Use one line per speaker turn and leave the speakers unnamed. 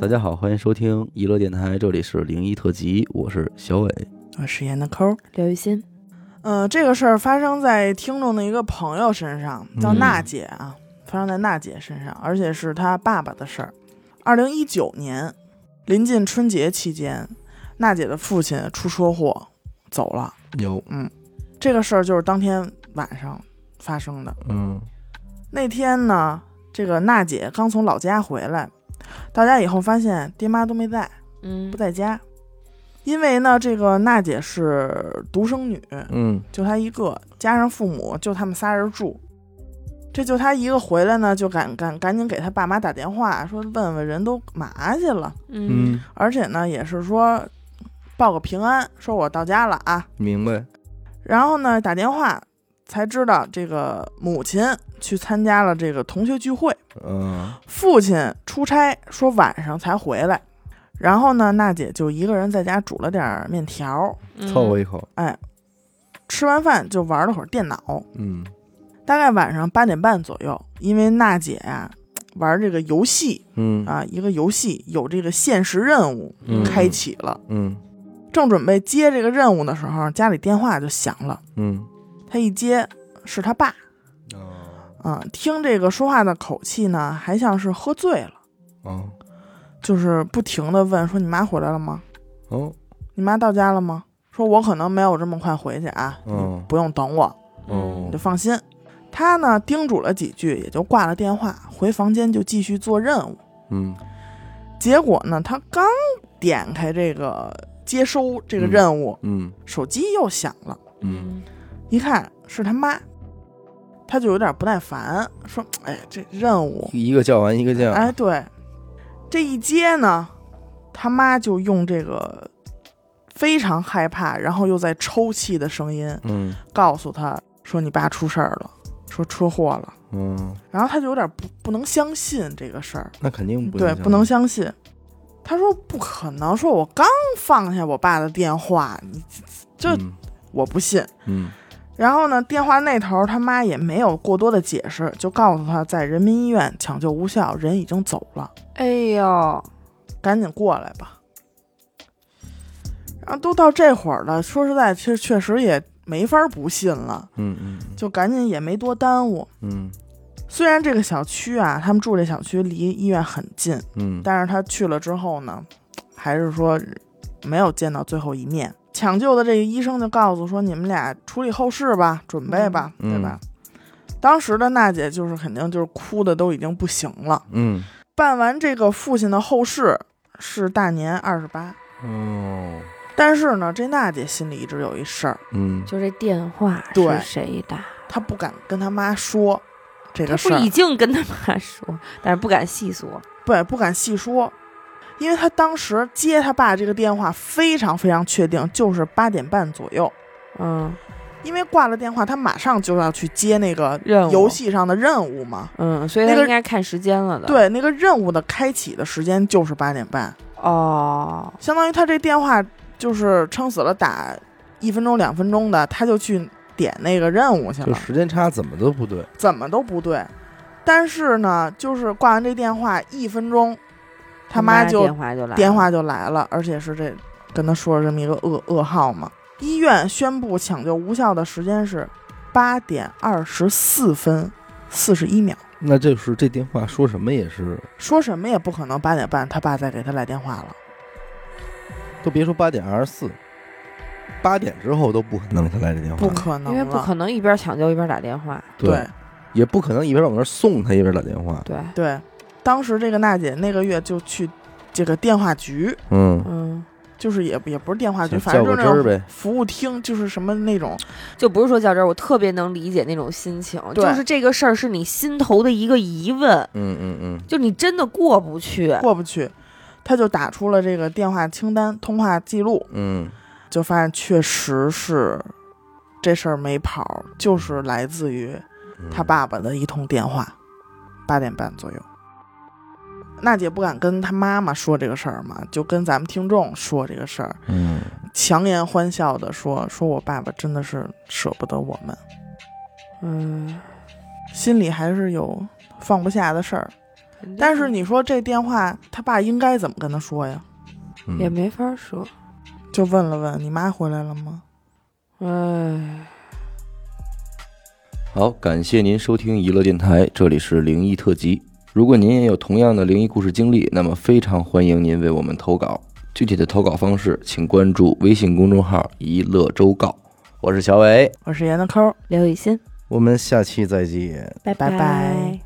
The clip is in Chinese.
大家好，欢迎收听娱乐电台，这里是零一特辑，我是小伟。
我是呃严的抠儿。
刘雨欣，
嗯、这个事儿发生在听众的一个朋友身上，叫
嗯
娜姐啊，发生在娜姐身上，而且是她爸爸的事儿。二零一九年，临近春节期间，娜姐的父亲出车祸走了。
有，
这个事儿就是当天晚上发生的。
嗯
那天呢，这个娜姐刚从老家回来，到家以后发现爹妈都没在，
嗯
不在家。因为呢，这个娜姐是独生女，
嗯
就她一个，加上父母就他们仨人住。这就她一个回来呢，就赶赶赶紧给她爸妈打电话，说问问人都嘛去了，
嗯，
而且呢也是说报个平安，说我到家了啊。
明白。
然后呢打电话才知道，这个母亲去参加了这个同学聚会，
嗯，
父亲出差，说晚上才回来。然后呢，娜姐就一个人在家煮了点儿面条，
嗯
凑合一口。
吃完饭就玩了会儿电脑。
嗯
大概晚上八点半左右，因为娜姐呀、玩这个游戏
嗯
啊，一个游戏有这个限时任务
嗯
开启了，
嗯
正准备接这个任务的时候，家里电话就响了。
嗯
她一接是她爸
哦
啊，听这个说话的口气呢，还像是喝醉了，
哦
就是不停的问说：“你妈回来了吗？
哦
你妈到家了吗？”说：“我可能没有这么快回去啊，
哦
你不用等我，
哦
你就放心。”她呢叮嘱了几句，也就挂了电话，回房间就继续做任务。
嗯
结果呢，他刚点开这个接收这个
嗯
任务，
嗯
手机又响了，
嗯
一看是他妈，他就有点不耐烦，说：“哎，这任务，
一个叫完一个叫。
哎，对，这一接呢，他妈就用这个非常害怕，然后又在抽泣的声音
嗯
告诉他说：‘你爸出事儿了，说车祸了。’
嗯，
然后他就有点不不能相信这个事儿，
那肯定不嗯
对，
行
不能相信。他说不可能，说我刚放下我爸的电话，你这
嗯
我不信。
嗯
然后呢，电话那头他妈也没有过多的解释，就告诉他在人民医院抢救无效，人已经走了，
哎呦，
赶紧过来吧。然后都到这会儿了，说实在，确确实也没法不信了，
嗯嗯
就赶紧也没多耽误。
嗯
虽然这个小区啊，他们住这小区离医院很近，
嗯，
但是他去了之后呢，还是说没有见到最后一面。抢救的这个医生就告诉说，你们俩处理后事吧，准备吧，
嗯
对吧？当时的娜姐就是肯定就是哭的都已经不行了。
嗯
办完这个父亲的后事是大年二十八，
哦
但是呢，这娜姐心里一直有一事儿，
嗯
就这电话
对
是谁打？
她不敢跟她妈说这
他
个
不
事儿
是已，经跟他妈说， 但是不敢细说。
对，不敢细说，因为她当时接她爸这个电话非常非常确定，就是八点半左右。
嗯
因为挂了电话，他马上就要去接那个
任务
游戏上的任务嘛。
嗯，所以
那
他
个
应该看时间了的。，
对，那个任务的开启的时间就是八点半，
哦，
相当于他这电话就是撑死了打一分钟、两分钟的，他就去点那个任务去
就
了，
时间差怎么都不对。
怎么都不对。但是呢，就是挂完这电话一分钟，他妈就
电话就来了
电话就来了，而且是这跟他说这么一个噩噩耗嘛。医院宣布抢救无效的时间是八点二十四分四十一秒，
那就是这电话说什么也是，
说什么也不可能八点半他爸再给他来电话了。
都别说八点二十四，八点之后都不可能给他来这电话，
不可
嗯因
能了，
为不可能一边抢救一边打电话。
对
也不可能一边往那儿送他一边打电话。
对，
对。当时这个娜姐那个月就去这个电话局，
嗯，
嗯，
就是也也不是电话局，
叫
反正就是
个
那
汁儿
种
呗。
服务厅，就是什么那种
就不是说较真儿，我特别能理解那种心情，
对
就是这个事儿是你心头的一个疑问，
嗯嗯嗯，
就你真的过不去。
过不去，她就打出了这个电话清单、通话记录，
嗯，
就发现确实是这事儿没跑，就是来自于
嗯
他，爸爸的一通电话，八点半左右。娜姐不敢跟她妈妈说这个事儿嘛，就跟咱们听众说这个事儿，
嗯
强颜欢笑的说：“说我爸爸真的是舍不得我们，
嗯
心里还是有放不下的事儿。但是你说这电话，他爸应该怎么跟他说呀？
嗯
也没法说，
就问了问你妈回来了吗？
哎，
好，感谢您收听娱乐电台，这里是灵异特辑。如果您也有同样的灵异故事经历，那么非常欢迎您为我们投稿。具体的投稿方式，请关注微信公众号“一乐周告”。我是小伟，
我是严的抠儿。
刘雨欣，
我们下期再见。
拜
拜拜